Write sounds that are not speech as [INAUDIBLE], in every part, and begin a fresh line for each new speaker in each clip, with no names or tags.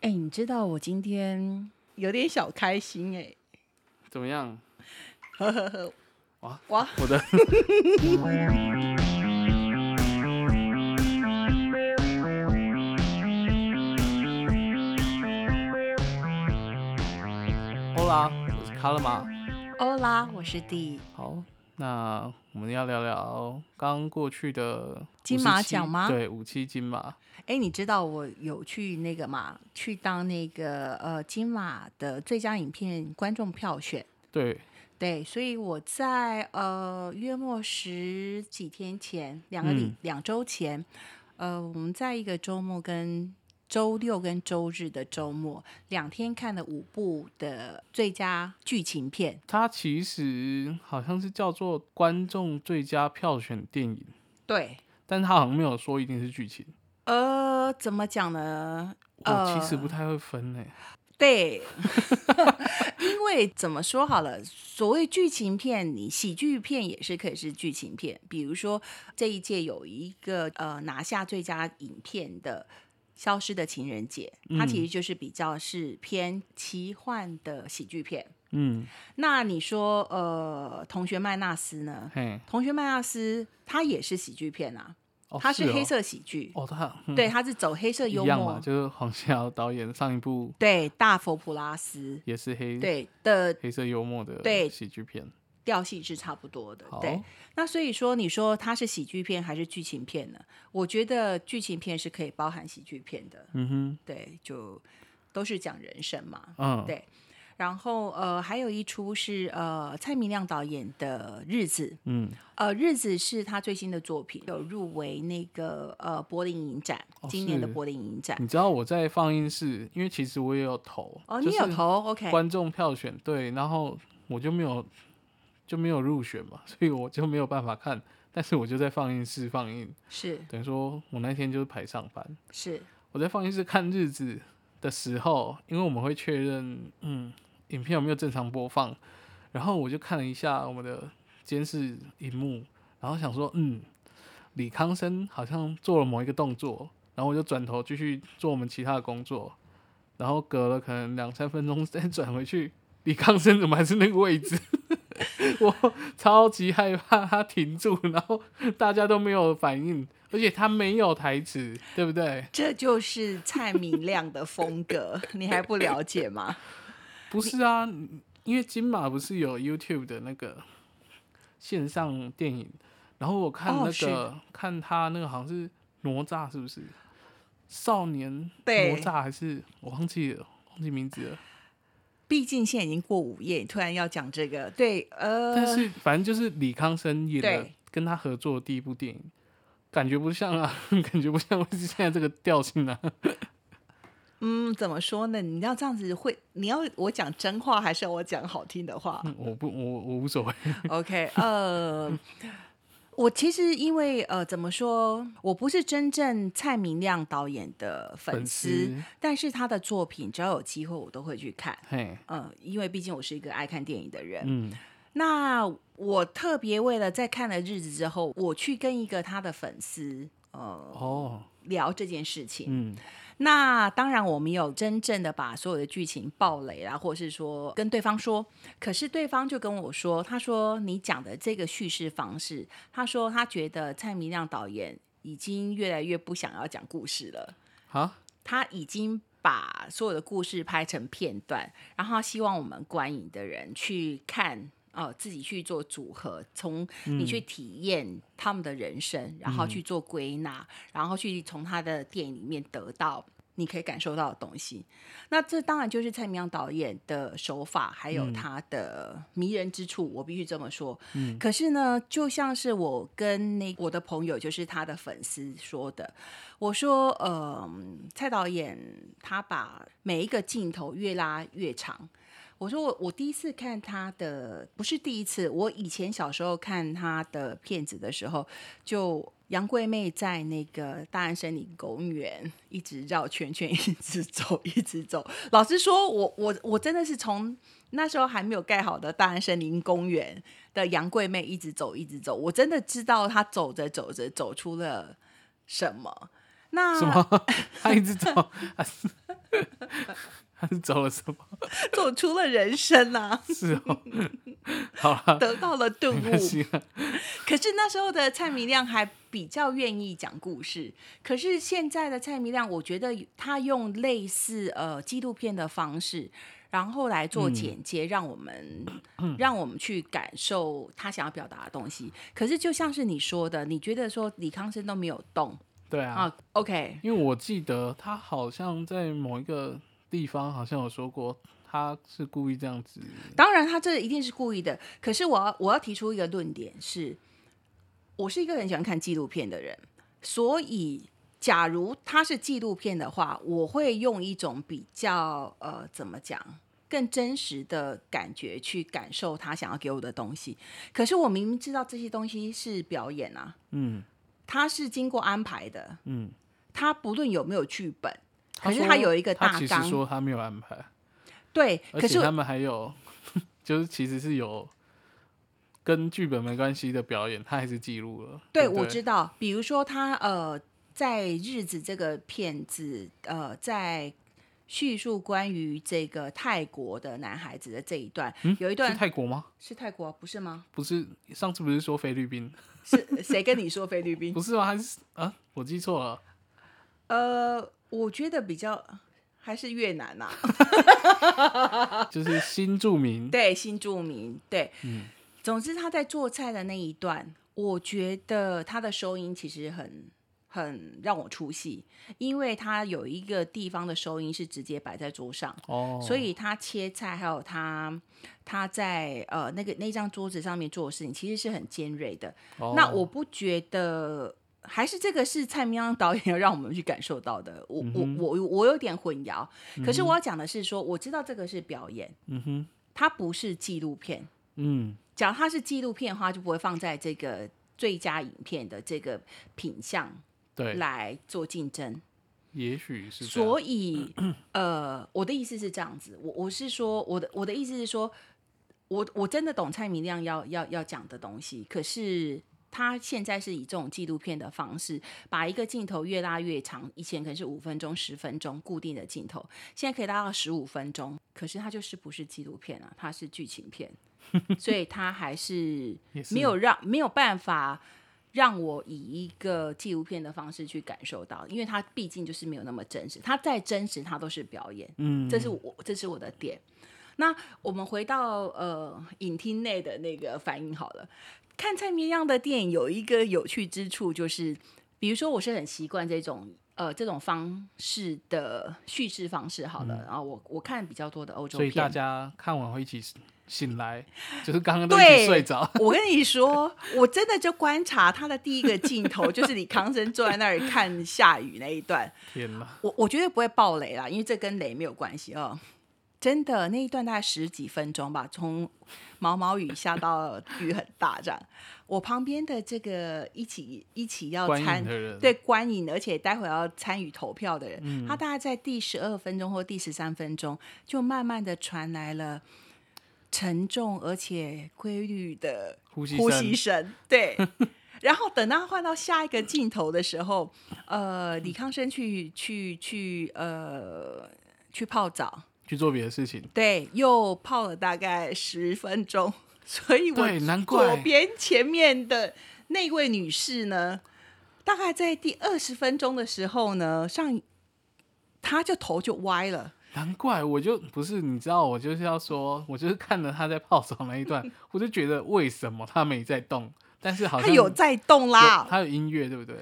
哎、你知道我今天有点小开心哎、
怎么样？
呵呵呵，
[LAUGHS] 哇
哇，
我的，Hola，我是卡勒玛。
欧啦，我是 D，
好，那我们要聊聊刚过去的
金马
57
奖吗
对，五期金马。
哎、你知道我有去那个嘛，去当那个呃金马的最佳影片观众票选。
对，
对，所以我在呃约莫十几天前，两个礼、
嗯
两周前，呃，我们在一个周末跟周六跟周日的周末两天看了五部的最佳剧情片，
它其实好像是叫做观众最佳票选电影，
对，
但它好像没有说一定是剧情。
呃，怎么讲呢？
我其实
呃
不太会分诶、
对， [LAUGHS] 因为怎么说好了，所谓剧情片，你喜剧片也是可以是剧情片。比如说这一届有一个呃拿下最佳影片的《消失的情人节》，它其
嗯
实就是比较是偏奇幻的喜剧片。
嗯，
那你说呃，同学麦纳斯呢？
嘿，
同学麦纳斯它也是喜剧片啊，
哦、
它是
哦
黑色喜剧，
哦，他、嗯
对，它是走黑色
一
幽
样嘛，
默，
就是黄信尧导演上一部
对，大佛普拉斯。
也是黑
对的
黑色幽默的
对
喜剧片。
调性是差不多的
好，，
对。那所以说，你说它是喜剧片还是剧情片呢？我觉得剧情片是可以包含喜剧片的，
嗯
对，就都是讲人生嘛。
哼，嗯，
对然后呃，还有一出是呃蔡明亮导演的《日子》，
嗯，
呃，《日子》是他最新的作品，有入围那个呃柏林影展，
哦
今年的
是
柏林影展。
你知道我在放映室，因为其实我也有投，
哦，
就
你有
是
投？OK，
观众票选对，然后我就没有就没有入选嘛，所 [LAUGHS] 以我就没有办法看。但是我就在放映室放映，
是
等于说我那天就是排上班。
是，
我在放映室看日子的时候，因为我们会确认，嗯，影片有没有正常播放，然后我就看了一下我们的监视荧幕，然后想说，嗯，李康生好像做了某一个动作，然后我就转头继续做我们其他的工作，然后隔了可能两三分钟再转回去，李康生怎么还是那个位置？ [LAUGHS] 我超级害怕他停住，然后大家都没有反应，而且他没有台词，对不对？
这就是蔡明亮的风格， [LAUGHS] 你还不了解吗？
不是啊，你因为金马不是有 YouTube 的那个线上电影，然后我看
哦
那
是
个、看他那个好像是哪吒，是不是？少年哪
对
吒还是我忘记了，忘记名字了。
毕竟现在已经过午夜，你突然要讲这个，对，呃，
但是反正就是李康生演的
对
跟他合作的第一部电影，感觉不像啊， [LAUGHS] 感觉不像会是现在这个调性啊。 [LAUGHS]
嗯，怎么说呢？你要这样子会，你要我讲真话，还是要我讲好听的
[LAUGHS]
话
我不，我我无所谓。
？OK，呃，我其实因为呃，怎么说，我不是真正蔡明亮导演的粉
粉
丝，
丝，
但是他的作品只要有机会，我都会去看。
嘿，
呃，因为毕竟我是一个爱看电影的人，
嗯，
那我特别为了在看了日子之后，我去跟一个他的粉丝呃
哦，
聊这件事情。
嗯，
那当然，我们有真正的把所有的剧情爆雷啦，或者是说跟对方说。可是对方就跟我说，他说你讲的这个叙事方式，他说他觉得蔡明亮导演已经越来越不想要讲故事了，
好，
他已经把所有的故事拍成片段，然后他希望我们观影的人去看。哦，自己去做组合，从你去体验他们的人生，然后去做归纳，然后去从他的电影里面得到你可以感受到的东西。那这当然就是蔡明亮导演的手法，还有他的迷人之处，我必须这么说。嗯，可是呢，就像是我跟那我的朋友，就是他的粉丝说的，我说，呃，蔡导演他把每一个镜头越拉越长。我说我我第一次看他的不是第一次，我以前小时候看他的片子的时候，就杨贵妹在那个大安森林公园一直绕圈圈，一 [LAUGHS] 直走，一直走。老实说，我我我真的是从那时候还没有盖好的大安森林公园的杨贵妹一直走，一直走，我真的知道她走着走着走出了什么。那
[LAUGHS] 什么？他一直走，他是走了什么？
走出了人生
[LAUGHS]
啊，
是哦，好了，
得到了顿
啊没关
悟。
系啊，
可是那时候的蔡明亮还比较愿意讲故事，可是现在的蔡明亮，我觉得他用类似呃纪录片的方式，然后来做
嗯
剪接，让我们让我们去感受他想要表达的东西。可是就像是你说的，你觉得说李康生都没有动
对啊，
啊？OK，
因为我记得他好像在某一个地方好像有说过，他是故意这样子，
当然他这一定是故意的。可是我要我要提出一个论点是，我是一个很喜欢看纪录片的人，所以假如它是纪录片的话，我会用一种比较呃怎么讲更真实的感觉去感受他想要给我的东西。可是我明明知道这些东西是表演啊，
嗯
它是经过安排的，
嗯。
它不论有没有剧本，可是
说
他有一个
他
大
其
纲
实说他没有安排，
对，
而
可
且
是
他们还有， [LAUGHS] 就是其实是有跟剧本没关系的表演，他还是记录了。
对，
不对
我知道。比如说他呃，在日子这个片子呃，在叙述关于这个泰国的男孩子的这一段，有一
嗯是
段
泰国吗？
是泰国啊不是吗？ [LAUGHS]
不是，上次不是说菲律宾？
是谁跟你说菲律宾
不？是吗？还是啊？我记错了。
呃，我觉得比较还是越南啊呐、
就是新著名，
对，新住民，对，
嗯
总之他在做菜的那一段，我觉得他的收音其实很很让我出戏，因为他有一个地方的收音是直接摆在桌上，
哦，
所以他切菜还有他他在呃那个那张桌子上面做的事情，其实是很尖锐的。
哦
那我不觉得。还是这个是蔡明亮导演 [LAUGHS] 要让我们去感受到的，我、
嗯
我我我有点混淆。可是我要讲的是说，我知道这个是表演，
嗯哼，
它不是纪录片。
嗯，
假如它是纪录片的话，就不会放在这个最佳影片的这个品相
对，
来做竞争。
也许是这样
所以，呃，我的意思是这样子，我我是说，我的我的意思是说，我我真的懂蔡明亮要要要讲的东西，可是。他现在是以这种纪录片的方式，把一个镜头越拉越长。以前可能是五分钟、十分钟固定的镜头，现在可以拉到十五分钟。可是它就是不是纪录片啊，它是剧情
[LAUGHS]
片，所以它还是
也是
没有让没有办法让我以一个纪录片的方式去感受到，因为它毕竟就是没有那么真实。它再真实，它都是表演。
嗯，
这是我这是我的点。那我们回到呃影厅内的那个反应好了。看蔡明亮的电影有一个有趣之处，就是比如说我是很习惯这种呃这种方式的叙事方式好了，然后我我看比较多的欧洲
嗯所以
片，
大家看完会一起醒来，就是刚刚都一
对
起睡着，
我跟你说，我真的就观察他的第一个镜头，就是李康生坐在那儿看下雨那一段。
天哪，
我我绝对不会爆雷啦，因为这跟雷没有关系哦。真的，那一段大概十几分钟吧，从毛毛雨下到雨很大这样。我旁边的这个一起一起要
观
参
影的人，
对观影，而且待会要参与投票的人，
嗯
他大概在第十二分钟或第十三分钟，就慢慢的传来了沉重而且规律的
呼吸
呼
声
吸声，对。 [LAUGHS] 然后等到换到下一个镜头的时候，呃，李康生去去去呃去泡澡，
去做别的事情，
对，又泡了大概十分钟， [LAUGHS] 所以我
对，难
左
怪
边前面的那位女士呢，大概在第二十分钟的时候呢，上她就头就歪了。
难怪，我就不是你知道，我就是要说，我就是看了他在泡澡那
[LAUGHS]
一段，我就觉得为什么他没在动，但是好
她
像
有哦在动啦，
他有音乐对不对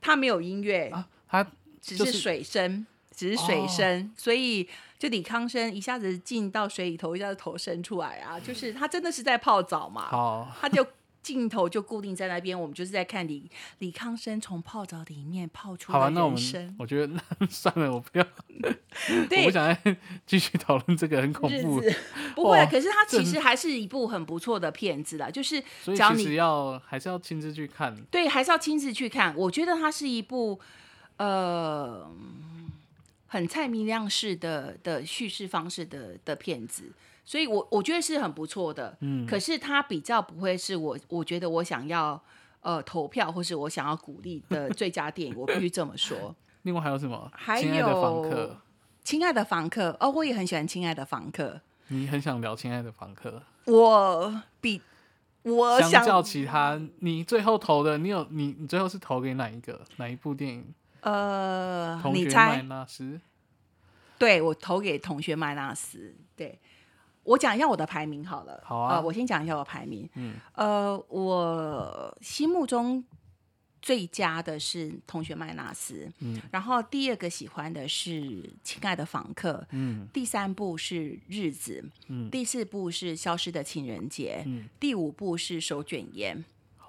她没有音乐，
啊？他
只
就是哦是
水声，只是水声，所以就李康生一下子进到水里头，一下子头伸出来啊，就是他真的是在泡澡嘛，
好
他就。镜头就固定在那边，我们就是在看李李康生从泡澡里面泡出
好吧，
来
那我
人
们
生。
我觉得 [LAUGHS] 那算了，我不要，我
对
不，想再 [LAUGHS] 继续讨论这个，很恐
日
怖。哦
子不会啊，
哇
可是它其
真
实还是一部很不错的片子啦，就是
所以
只要
其
你
实要还是要亲自去看，
对，还是要亲自去看。我觉得它是一部呃很蔡明亮式的的叙事方式的的片子，所以我我觉得是很不错的。嗯，可是它比较不会是我我觉得我想要呃投票或是我想
[LAUGHS]
要鼓励的最佳电影，我必须这么说。
另外还有什么？
还
亲爱的访
有
客，
亲爱的房客》哦，我也很喜欢《亲爱的房客
你很想聊《亲爱的房客》，》，
我比我
嗯相较
想
其他，你最后投的，你有你你最后是投给哪一个哪一部电影？
呃，
同
你
学
猜
麦纳斯，
对我投给同学麦纳斯。对我讲一下我的排名好了。
好啊
呃我先讲一下我的排名。
嗯，
呃，我心目中最佳的是同学麦纳斯，
嗯，
然后第二个喜欢的是《亲爱的房客》，
嗯，
第三部是《日子》，
嗯
第四部是《消失的情人节》，
嗯，
第五部是《手卷烟》。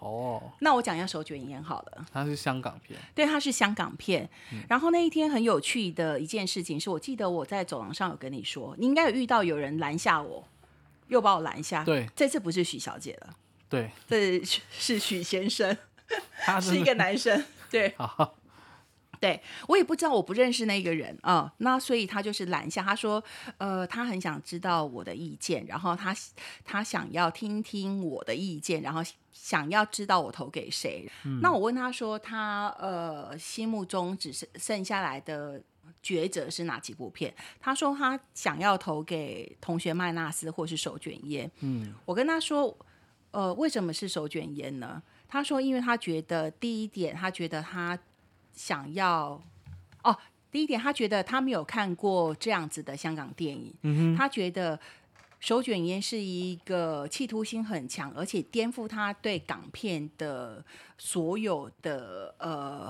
好哦，
那我讲一下《手卷烟》好了。
它是香港片，
对，它是香港片。然后那一天很有趣的一件事情是，我记得我在走廊上有跟你说，你应该有遇到有人拦下我，又把我拦下。
对
这次不是许小姐了，
对，
这是是许先生，
它
是一
真
个
的
男
[LAUGHS]
生。对
好，
对，我也不知道，我不认识那个人啊、那所以他就是拦下，他说，呃，他很想知道我的意见，然后他他想要听听我的意见，然后想要知道我投给谁。
嗯
那我问他说，他呃心目中只剩剩下来的抉择是哪几部片？他说他想要投给同学麦纳斯或是手卷烟。
嗯，
我跟他说，呃，为什么是手卷烟呢？他说，因为他觉得第一点，他觉得他想要哦，第一点，他觉得他没有看过这样子的香港电影，嗯、他觉得。手卷烟是一个企图心很强，而且颠覆他对港片的所有的呃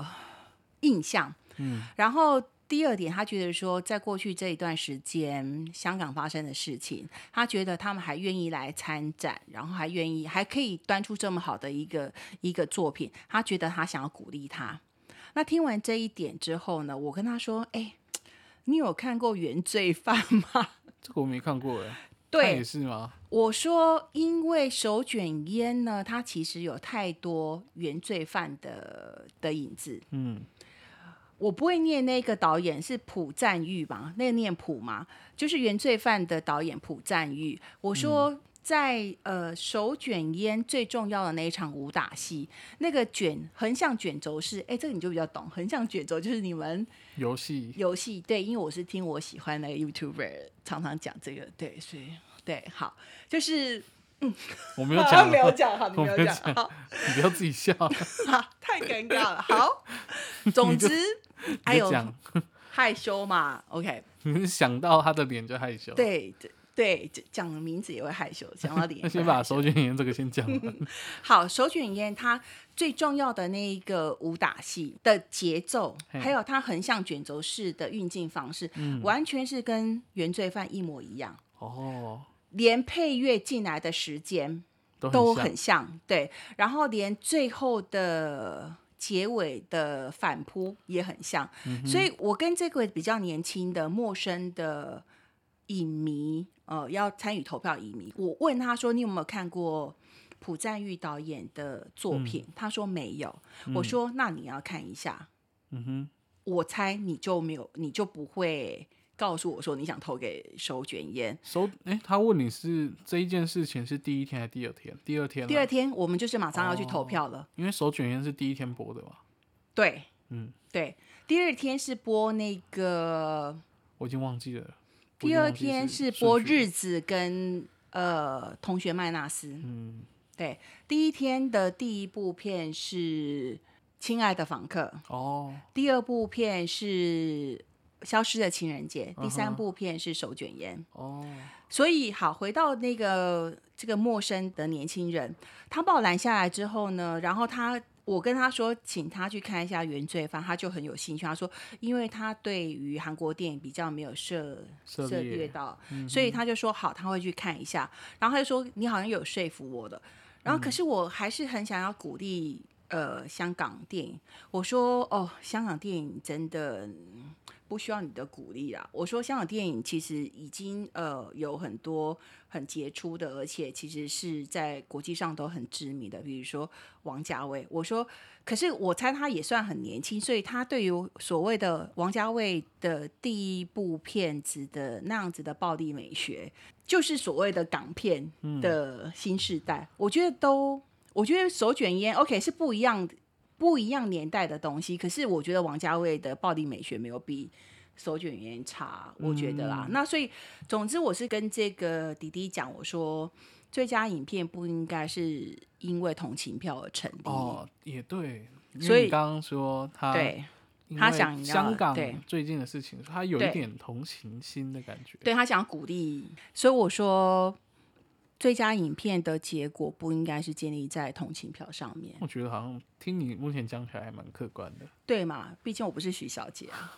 印象。嗯，然后第二点，他觉得说，在过去这一段时间，香港发生的事情，他觉得他们还愿意来参展，然后还愿意还可以端出这么好的一个一个作品，他觉得他想要鼓励他。那听完这一点之后呢，我跟他说：“哎、你有看过《原罪犯》吗
这个我没看过哎，？”它
对
也，是吗？
我说，因为手卷烟呢，它其实有太多原罪犯的的影子。
嗯，
我不会念那个导演是朴赞玉嘛？那个念朴嘛，就是《原罪犯》的导演朴赞玉。我说。
嗯
在呃手卷烟最重要的那一场武打戏，那个卷横向卷轴是，哎、这个你就比较懂。横向卷轴就是你们
游戏
游戏对，因为我是听我喜欢的 YouTuber 常常讲这个，对，所以对，好，就是
我没有
好
讲，
没有讲，好，
我
没有
没有
讲，
讲
好，
你不要自己笑，
好太尴尬了。
[LAUGHS]
好，总之，还
你就
有
讲，
害羞嘛，OK，
你是想到他的脸就害羞，，
对对对，这讲名字也会害羞，讲到脸
那
也
先
会害
把手卷烟这个先讲完，
好，手卷烟它最重要的那一个武打戏的节奏，
嘿嗯
还有它横向卷轴式的运镜方式，完全是跟《原罪犯》一模一样，
哦，
连配乐进来的时间
都
都
像
很像，对，然后连最后的结尾的反扑也很像，所以我跟这个比较年轻的陌生的影迷，呃，要参与投票影迷，我问他说：“你有没有看过朴赞玉导演的作品？”他说没有。我说：“那你要看一下。
嗯哼，
我猜你就没有，你就不会告诉我说你想投给手卷烟。
手哎、他问你是这一件事情是第一天还是第二天？第二天、啊，
第二天我们就是马上要去投
哦
票了。
因为手卷烟是第一天播的嘛，
对，
嗯，
对。第二天是播那个，
我已经忘记了。我已
第
经
二
忘记
天
是
是播
顺序
日子跟呃同学麦纳斯。
嗯，
对，第一天的第一部片是《亲爱的访客》，
哦，
第二部片是《消失的情人节》，第
嗯
三
哼
部片是《手卷烟》。
哦，
所以好，回到那个这个陌生的年轻人，他把我拦下来之后呢，然后他我跟他说，请他去看一下《原罪犯》，他就很有兴趣。他说，因为他对于韩国电影比较没有涉
涉
涉
猎嗯
猎到，所以他就说好，他会去看一下。然后他就说，你好像有说服我的。然后
嗯
可是我还是很想要鼓励。呃，香港电影，我说哦，香港电影真的不需要你的鼓励啦。我说香港电影其实已经呃有很多很杰出的，而且其实是在国际上都很知名的，比如说王家卫。我说，可是我猜他也算很年轻，所以他对于所谓的王家卫的第一部片子的那样子的暴力美学，就是所谓的港片的新时代，我觉得都，我觉得手卷烟 OK 是不一样的。不一样年代的东西，可是我觉得王家卫的暴力美学没有比手卷有点差，我觉得啦。那所以，总之我是跟这个迪迪讲，我说最佳影片不应该是因为同情票而成立。
哦，也对，因为
所以
你刚刚说他
对，
因
他
为
想要
香港
对
最近的事情，他有一
对
点同情心的感觉。
对他想要鼓励，所以我说最佳影片的结果不应该是建立在同情票上面，
我觉得好像听你目前讲起来还蛮客观的，
对嘛？毕竟我不是许小姐啊，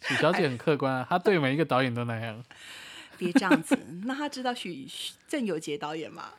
许小姐很客观啊，她对每一个导演都那样。
别这样子。 [LAUGHS] 那他知道许许郑有杰导演吗？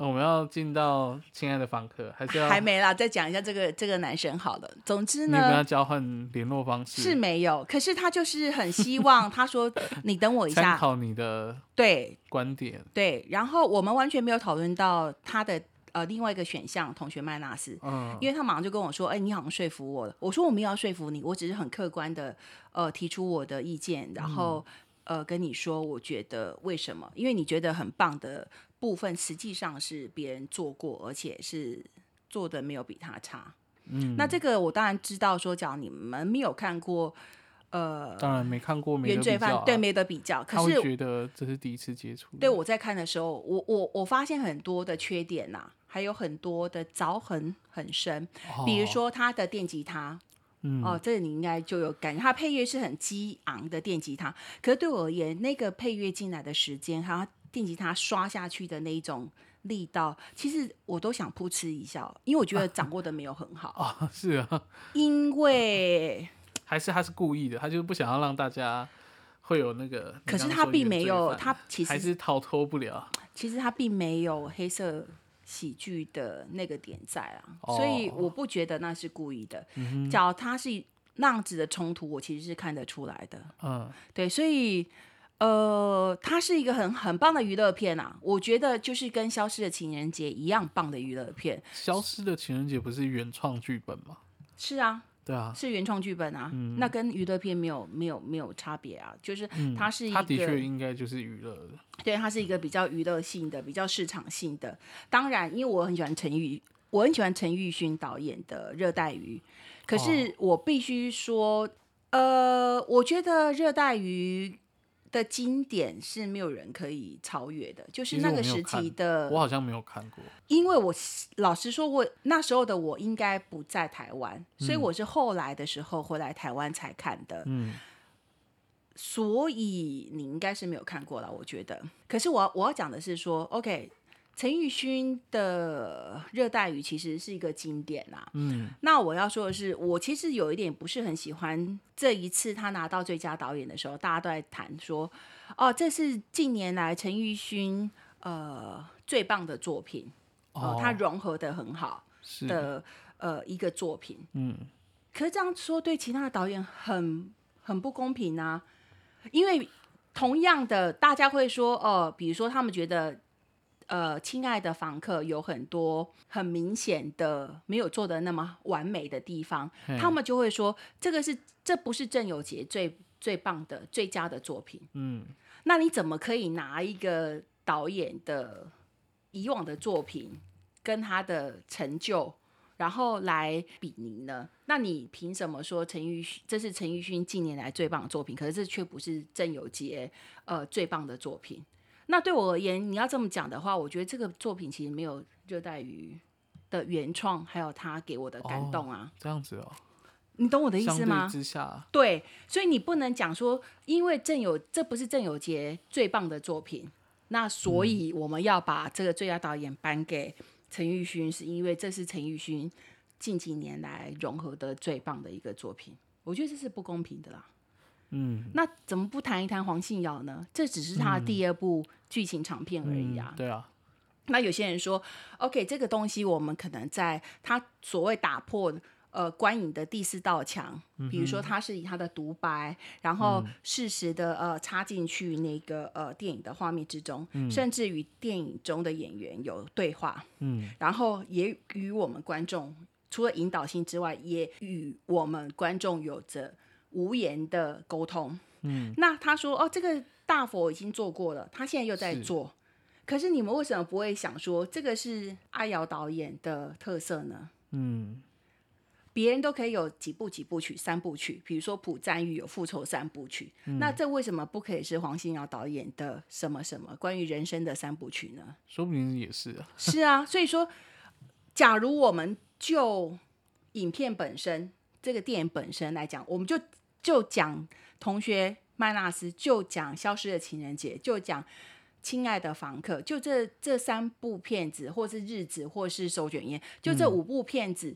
那我们要进到亲爱的访客，还是要
还没啦，再讲一下这个这个男生好了。总之
你有跟
呢
他。交换联络方式，
是没有，可是他就是很希望，他
[LAUGHS]
说你等我一
参
下，
考你的
对
观点
对，然后我们完全没有讨论到他的呃另外一个选项，同学麦纳斯，
嗯
因为他马上就跟我说，哎、你好像说服我了。我说我没有要说服你，我只是很客观的呃提出我的意见，然后、
嗯
呃跟你说，我觉得为什么？因为你觉得很棒的部分，实际上是别人做过，而且是做的没有比他差。嗯，那这个我当然知道说，假如你们没有看过呃
当然没看过
《
没
原
得比
罪
较、
犯》，
啊，
对，没得比较。
他
可
会
是
觉得这是第一次接触。
对，我在看的时候，我我我发现很多的缺点呐、还有很多的凿痕很深，
哦
比如说他的电吉他。
嗯
哦，这个你应该就有感觉，它配乐是很激昂的电吉他。可是对我而言，那个配乐进来的时间，还有它电吉他刷下去的那一种力道，其实我都想噗嗤一笑，因为我觉得掌握的没有很好。
啊， [LAUGHS] 是啊，
因为
还是他是故意的，他就是不想要让大家会有那个。你
可是
刚刚
他
说
并
原
没
罪
有，
犯
他其实
还是逃脱不了。
其实它并没有黑色喜剧的那个点在啊，
哦嗯
所以我不觉得那是故意的。假如它是那样子的冲突，我其实是看得出来的。
嗯，
对，所以呃，它是一个很很棒的娱乐片啊，我觉得就是跟《消失的情人节》一样棒的娱乐片。
消失的情人节不是原创剧本吗？
是啊，
对啊，
是原创剧本啊，
嗯
那跟娱乐片没有没有没有差别啊，就是它是一个、呃
他的确应该就是娱乐的。
对，它是一个比较娱乐性的、比较市场性的。当然，因为我很喜欢陈玉，我很喜欢陈玉勋导演的《热带鱼》，可
哦
是我必须说，呃，我觉得《热带鱼》的经典是没有人可以超越的，就
其
是
实
那
我
个
没有
时
看
期的
我好像没有看过。
因为我老实说我，那时候的我应该不在台湾，所以我是后来的时候回来台湾才看的。
嗯，
所以你应该是没有看过了，我觉得。可是我要我要讲的是说，OK，陈奕迅的《热带雨》其实是一个经典啦、
嗯，
那我要说的是，我其实有一点不是很喜欢这一次他拿到最佳导演的时候，大家都在谈说，哦，这是近年来陈奕迅呃最棒的作品，哦、他融合的很好
是
的呃一个作品。
嗯，
可是这样说对其他的导演很很不公平啊，因为同样的，大家会说，哦、比如说他们觉得。呃，亲爱的房客有很多很明显的没有做的那么完美的地方，
嗯
他们就会说这个是这不是郑有杰最最棒的最佳的作品。
嗯，
那你怎么可以拿一个导演的以往的作品跟他的成就，然后来比拟呢？那你凭什么说陈奕迅这是陈奕迅近年来最棒的作品？可是这却不是郑有杰呃最棒的作品。那对我而言，你要这么讲的话，我觉得这个作品其实没有《热带鱼》的原创，还有他给我的感动啊，
这样子哦、
你懂我的意
相
思
对
吗？
之下，
对，所以你不能讲说，因为郑有这不是郑有杰最棒的作品，那所以我们要把这个最佳导演颁给陈奕迅，是因为这是陈奕迅近几年来融合的最棒的一个作品。我觉得这是不公平的啦。
嗯，
那怎么不谈一谈黄信尧呢？这只是他的第二部剧情长片而已啊。
嗯对啊，
那有些人说，OK，这个东西我们可能在他所谓打破呃观影的第四道墙，
嗯
比如说他是以他的独白，然后适时的呃插进去那个呃电影的画面之中，甚至与电影中的演员有对话，
嗯，
然后也与我们观众除了引导性之外，也与我们观众有着无言的沟通。嗯，那他说哦，这个大佛已经做过了，他现在又在
是
做。可是你们为什么不会想说这个是阿瑶导演的特色呢？
嗯，
别人都可以有几部几部曲、三部曲，比如说朴赞玉有《复仇三部曲》那这为什么不可以是黄信尧导演的什么什么关于人生的三部曲呢？
说不定也是啊。
是啊，所以说，假如我们就影片本身这个电影本身来讲，我们就就讲同学麦纳斯，就讲消失的情人节，就讲亲爱的房客，就这这三部片子，或是日子，或是手卷烟，就这五部片子。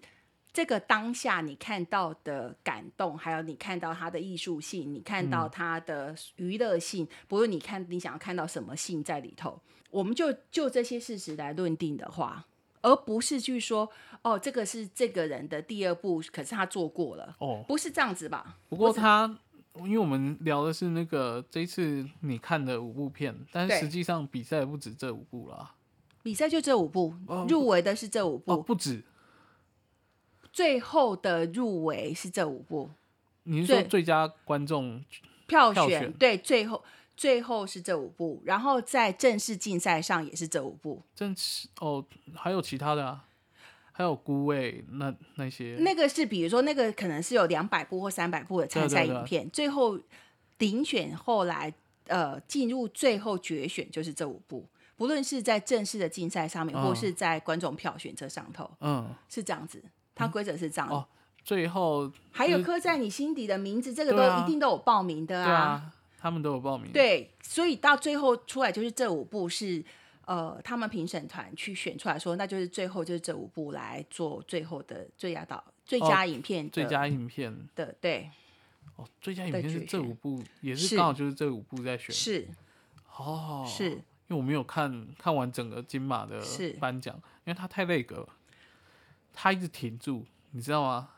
这个当下你看到的感动，还有你看到它的艺术性，你看到它的娱乐性，不论你看你想要看到什么性在里头，我们就就这些事实来论定的话，而不是去说哦，这个是这个人的第二部，可是他做过了，
哦，
不是这样子吧？
不过他，因为我们聊的是那个这一次你看的五部片，但是
对
实际上比赛不止这五部啦。
比赛就这五部，
哦
入围的是这五部，
哦，不止，
最后的入围是这五部，
你是说
对
最佳观众？
票
票选
对，最后最后是这五部，然后在正式竞赛上也是这五部。
真是哦，还有其他的啊，还有孤味那那些。
那个是比如说那个可能是有两百部或三百部的参赛
对对对
影片，最后遴选后来呃进入最后决选就是这五部，不论是在正式的竞赛上面，
嗯
或是在观众票选这上头，
嗯，
是这样子。它规则是这样的，
哦最后
还有
就是
刻在你心底的名字，这个
对啊
都一定都有报名的
对啊，他们都有报名。，
对，所以到最后出来就是这五部是呃，他们评审团去选出来说，那就是最后就是这五部来做最后的最佳导、最佳影片的、
哦最佳影片
的对
哦，最佳影
的
片是
决
这
选
五部，也是
是
刚好就是这五部在选。
是
哦，
是
因为我没有看看完整个金马的
是
颁奖，因为它太累格了，它一直停住，你知道吗？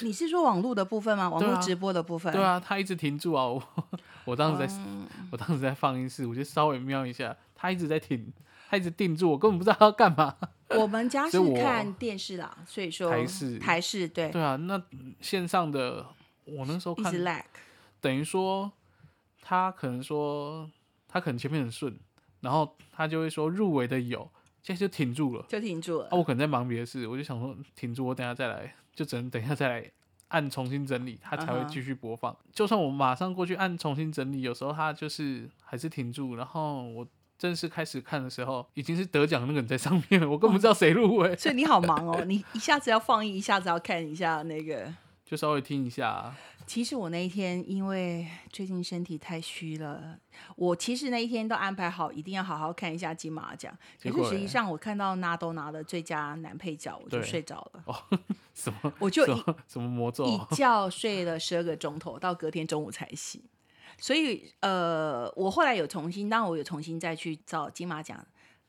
你是说网络的部分吗？网
对
络
啊
直播的部分？
对啊，它一直停住啊！我 [LAUGHS] 我当时在、
哦
我当时在放映室，我就稍微瞄一下，它一直在停，它一直定住，我根本不知道它要干嘛。
我们家
所
是
以我
看电视啦，所以说
台视
台视对
[LAUGHS] 对啊，那线上的我那时候
一
看
直 lag，
等于说他可能说他可能前面很顺，然后他就会说入围的有，现在就停住了。
就停住了
啊，。我可能在忙别的事，我就想说停住，我等一下再来，就只能等一下再来按重新整理，它才会
嗯哼
继续播放。就算我马上过去按重新整理，有时候它就是还是停住。然后我正式开始看的时候，已经是得奖那个人在上面了，我根本不知道谁入围，
所以你好忙哦， [LAUGHS] 你一下子要放映，一下子要看一下那个。
就稍微听一下啊、
其实我那一天因为最近身体太虚了，我其实那一天都安排好，一定要好好看一下金马奖。可
结果
是实
嘞
际上，我看到纳豆拿了最佳男配角，我就
对哦
睡着了，
什么
我就
什
一
么什么魔咒啊，
一觉睡了十二个钟头，到隔天中午才醒。所以呃，我后来有重新，当然我有重新再去找金马奖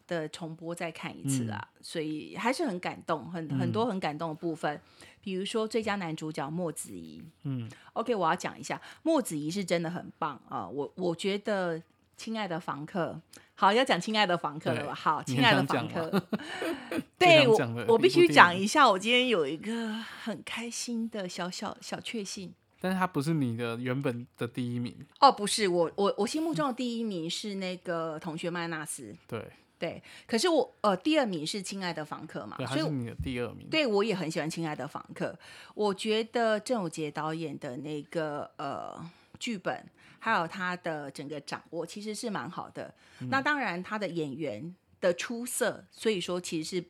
的重播再看一次啊，
嗯
所以还是很感动，很很多很感动的部分，比如说最佳男主角莫子仪，
嗯
，OK，我要讲一下莫子仪是真的很棒啊、我我觉得。亲爱的房客，好，要讲亲爱的房客了吧？
对
好，
你
亲
很
爱的
想
房
讲
客，
最
对
想
我
讲的，
我
一
必
部
须
电
讲
影
一下，我今天有一个很开心的小小小确幸。
但是它不是你的原本的第一名，
哦，不是，我我我心目中的第一名是那个同学麦纳斯，
对，
对，可是我呃第二名是亲爱的房客嘛
对，，它
啊所以
是你的第二名，
对我也很喜欢亲爱的房客。我觉得郑有杰导演的那个呃剧本，还有他的整个掌握，其实是蛮好的。
嗯
那当然，他的演员的出色，所以说其实是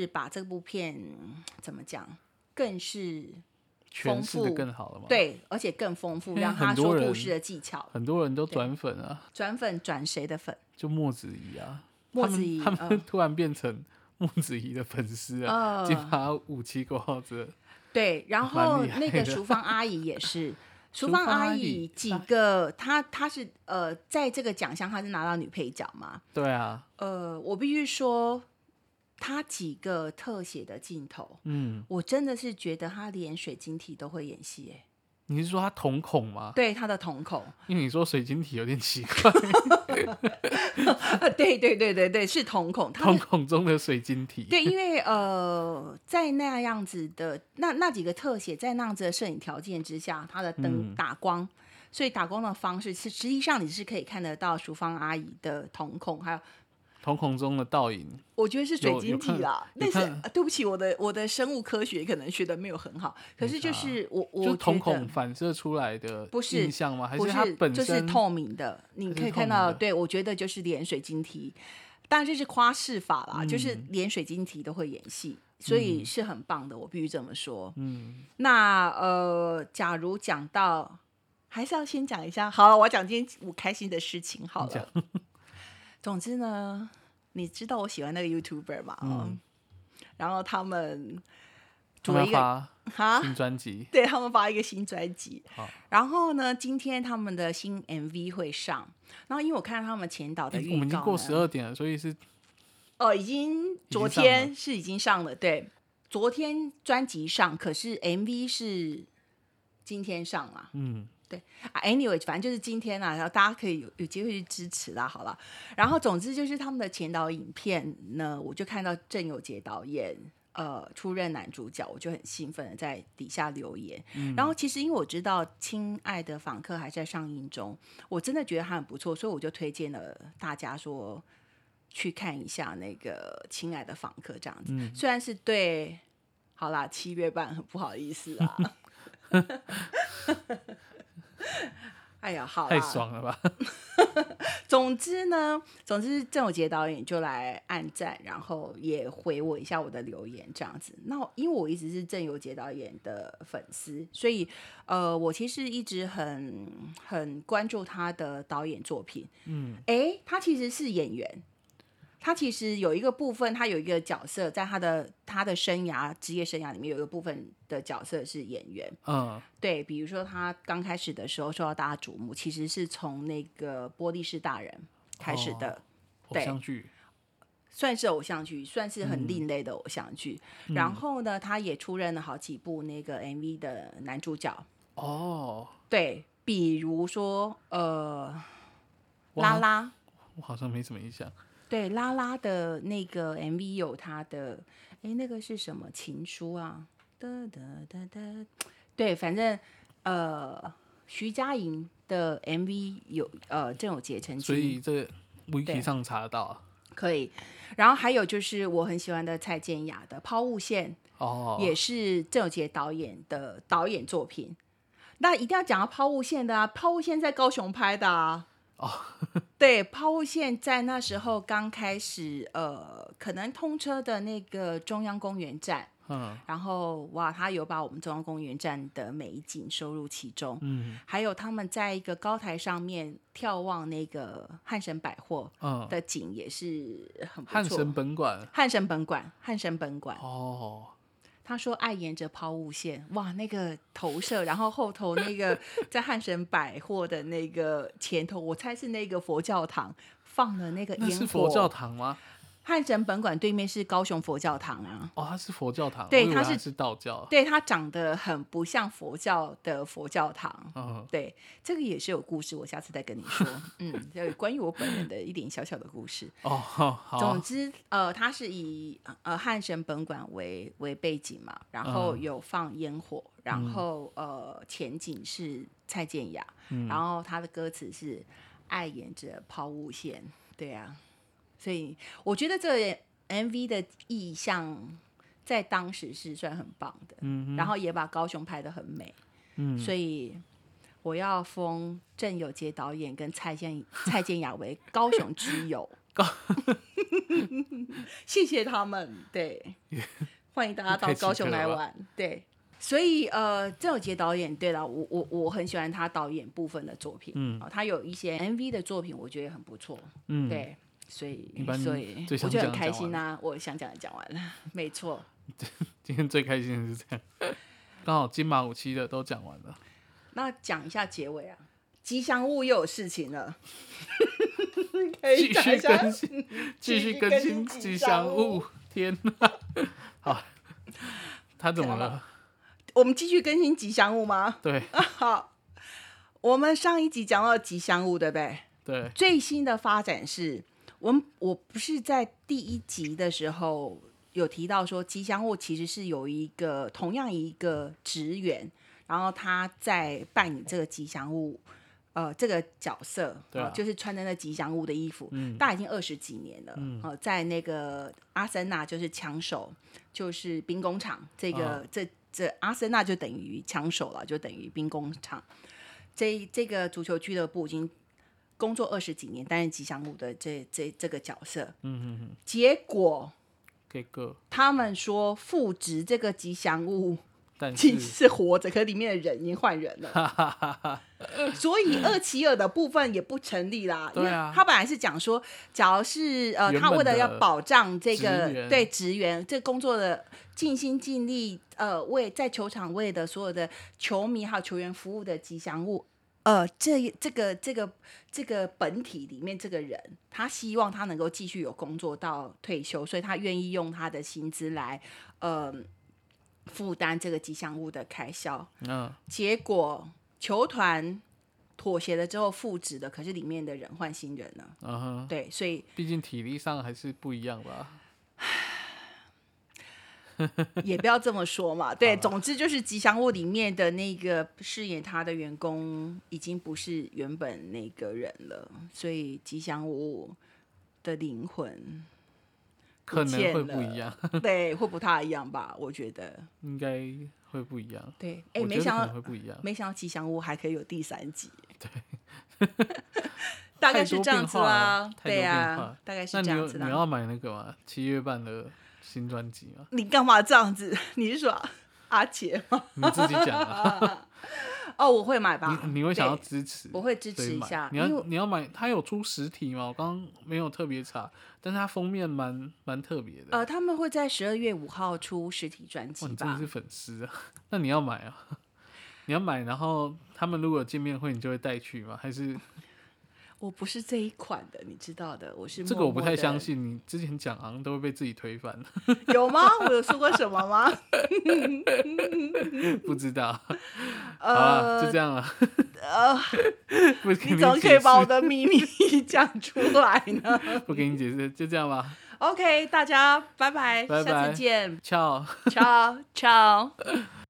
是把这部片嗯怎么讲，更是
诠
丰
释的
富
更好了嘛，，
对，而且更丰富，
因为
让他
很多
说
人
故事的技巧。
很多人都转粉啊，
转粉转谁的粉？
就莫子仪啊，
莫子仪
他们他们
嗯
突然变成莫子仪的粉丝啊，
呃
金马五七过后子，
对，然
蛮
后
厉害
那个
的
淑芳阿姨也
[LAUGHS]
是，淑
淑
芳
芳
阿
阿姨啊
姨几个，她她是呃，在这个奖项她是拿到女配角嘛，
对啊，
呃，我必须说，她几个特写的镜头，
嗯，
我真的是觉得她连水晶体都会演戏、欸，
你是说他瞳孔吗？
对她的瞳孔， [LAUGHS]
因为你说水晶体有点奇怪，
呃，对对对对对，是瞳孔，她
瞳
的
孔中的水晶体，
对，因为呃，在那样子的那那几个特写，在那样子的摄影条件之下，它的
嗯
灯打光，所以打光的方式是实际上你是可以看得到淑芳阿姨的瞳孔，还有
瞳孔中的倒影，
我觉得是水
有
晶
有
体
看
啦，
有
那是、
看
啊对不起，我的我的生物科学可能学的没有很好，可是就
差啊
是我我
就
觉
瞳
得
孔反射出来的
不是
印象吗？还
不
它本
就是
身？
透明的，你
还是
可以
透
看
明
到，
的
对我觉得就是连水晶体，当然这是夸饰法啦，就是
嗯
连水晶体都会演戏，所以是很棒的，我必须这么说。
嗯，
那呃，假如讲到，还是要先讲一下，好了，我讲今天我开心的事情好了。 [LAUGHS] 总之呢，你知道我喜欢那个 YouTuber 嘛？嗯、然后他们
他
组了
们
一个
要发
哈。
新专辑，
[LAUGHS] 对他们发一个新专辑
好，
然后呢，今天他们的新 MV 会上，然后因为我看到他们前导的
诶
预告呢，啊
我们已经过十二点了，所以是
哦，已经昨天是已经上了，对，昨天专辑上，可是 MV 是今天上了，
嗯，
啊，anyway，反正就是今天啦，然后大家可以有有机会去支持啦，好了。然后总之就是他们的前导影片呢，我就看到郑有杰导演呃出任男主角，我就很兴奋的在底下留言。
嗯
然后其实因为我知道《亲爱的访客》还在上映中，我真的觉得他很不错，所以我就推荐了大家说去看一下那个《亲爱的访客》这样子。
嗯
虽然是对，好啦，七月半很不好意思
[LAUGHS]
啊。 [LAUGHS] 哎呀，好啦
太爽了吧？ [LAUGHS]
[LAUGHS] 总之呢，总之郑有杰导演就来按赞，然后也回我一下我的留言这样子。那我因为我一直是郑有杰导演的粉丝，所以呃，我其实一直很很关注他的导演作品。嗯，诶，他其实是演员。他其实有一个部分，他有一个角色，在他的他的生涯职业生涯里面，有一个部分的角色是演员。
嗯，
对，比如说他刚开始的时候受到大家瞩目，其实是从那个《玻璃是大人》开始的，
偶
对
像剧，
算是偶像剧，算是很另类的偶像剧。然后呢，他也出任了好几部那个 MV 的男主角，
哦，
对，比如说呃，
我
拉
好
拉，
我好像没什么印象，
对，拉拉的那个 MV 有他的，哎，那个是什么情书啊？哒哒哒哒，对，反正呃，徐佳莹的 MV 有呃郑有杰曾
所
经
以这 wiki
对
上查得到啊
可以，然后还有就是我很喜欢的蔡健雅的《抛物线》，
哦，
也是郑有杰导演的导演作品。那一定要讲到抛物线的啊，抛物线在高雄拍的啊。哦，对，抛物线在那时候刚开始，呃，可能通车的那个中央公园站，
嗯
然后哇，他有把我们中央公园站的美景收入其中，
嗯
还有他们在一个高台上面眺望那个汉神百货
嗯，
的景，也是很不
汉
错。
神本馆
汉神本馆，汉神本馆，
哦，
他说爱沿着抛物线，哇，那个投射，然后后头那
[LAUGHS]
个在汉神百货的那个前头，我猜是那个佛教堂放了那个
那
烟火。
是佛教堂吗？
汉神本馆对面是高雄佛教堂啊。
哦，它是佛教堂，
对
我以为
它
它
是
是道教，
对，它长得很不像佛教的佛教堂。
嗯，
对，这个也是有故事，我下次再跟你
[LAUGHS]
说。嗯，就关于我本人的一点小小的故事。 [LAUGHS]
哦，好
总，之，呃，它是以呃汉神本馆为为背景嘛，然后有放烟火，然后呃前景是蔡健雅，然后他的歌词是“爱沿着抛物线”，对啊，所以我觉得这 MV 的意象在当时是算很棒的，
嗯
然后也把高雄拍得很美，
嗯
所以。我要封郑有杰导演跟蔡健 [LAUGHS] 蔡健雅为高雄之
[LAUGHS]
友，谢谢他们，对，欢迎大家到
[LAUGHS] 太奇
高雄
特了
来
吧
玩，对。所以呃，郑有杰导演，对了，我我我很喜欢他导演部分的作品，嗯、他有一些 MV 的作品，我觉得很不错，
嗯，
对，所以
你把你
所以我
最想
就
讲
很
的
开
讲完
心啊，我想讲的讲完了，没错，
今天最开心的是这样，刚好金马五期的都讲完
[LAUGHS]
了，
那讲一下结尾啊，吉祥物又有事情 [LAUGHS] 了，可以
继
讲一
续
下
更新，继续
继
更
续更新
新
吉
吉
祥
祥
物
物，天哪， [LAUGHS] 好，他怎么
怎么
了？
我们继续更新吉祥物吗？
对
好，我们上一集讲到吉祥物，对不对？
对，
最新的发展是，我们我不是在第一集的时候有提到说，吉祥物其实是有一个同样一个职员，然后他在扮演这个吉祥物呃这个角色，
对啊
呃就是穿着那吉祥物的衣服，
嗯
大概已经二十几年了。嗯、呃，在那个阿森纳就是枪手，就是兵工厂这个、这这阿森纳就等于枪手了，就等于兵工厂。这这个足球俱乐部已经工作二十几年，担任吉祥物的这这这个角色，
嗯嗯嗯，
结果
给个，
他们说复职这个吉祥物。
但
其
是
是活着，可是里面的人已经换人了，所以二七二的部分也不成立啦。因
对
为
啊
他本来是讲说，假如是呃，
原
他
本
为了要
的
保障这个
职员
对职员这工作的尽心尽力，呃，为在球场为的所有的球迷还有球员服务的吉祥物。呃，这这个这个这个本体里面这个人，他希望他能够继续有工作到退休，所以他愿意用他的薪资来，呃，负担这个吉祥物的开销。
嗯，
结果球团妥协了之后复职的，可是里面的人换新人了。
嗯哼，
对，所以
毕竟体力上还是不一样吧。
也不要这么说嘛。对，总之就是吉祥物里面的那个饰演他的员工已经不是原本那个人了，所以吉祥物的灵
[LAUGHS]
魂
可能
见
会不
了
一样， [LAUGHS]
对会不太一样吧？我觉得
应该会不一样。
对。哎，
我
没
觉得
想
可
到
能会不一样，
没想到吉祥物还可以有第三集。
[LAUGHS]
对。 [LAUGHS] 大概
太
是
多
这样
变
子
化
啦
了，太
对
多变化
啊
了，
大概是
那
这
你
样
有
子
你
啦。
要买那个嘛，七月半的新专辑嘛，
你干嘛这样子？ [LAUGHS] 你是说阿杰吗？
你自己讲啊， [LAUGHS]
哦，我会买吧。
你你会想要
对
支持，
我会支
所以
持一
买
下，
你
因为
要你要买，它有出实体吗？我刚刚没有特别查，但是它封面蛮蛮特别的。
呃，他们会在十二月五号出实体专
哇，
辑
你真的
吧
是？粉丝啊！ [LAUGHS] 那你要买啊， [LAUGHS] 你要买，然后他们如果有见面会，你就会带去吗？还是
我不是这一款的，你知道的，我是
这个我
默
不
默
太
地
相。信，你之前讲好像都会被自己推翻， [LAUGHS]
有吗？我有说过什么吗？
不知道。 [LAUGHS] 好啊
呃
了，就这样了。 [LAUGHS] 不给
你
你
怎么可
解
以把我
释
的秘密 [LAUGHS] 讲出来呢
[LAUGHS] 不给你解释，就这样吧。
？OK，大家拜拜，
拜
下
拜
次见
ciao
，Ciao Ciao。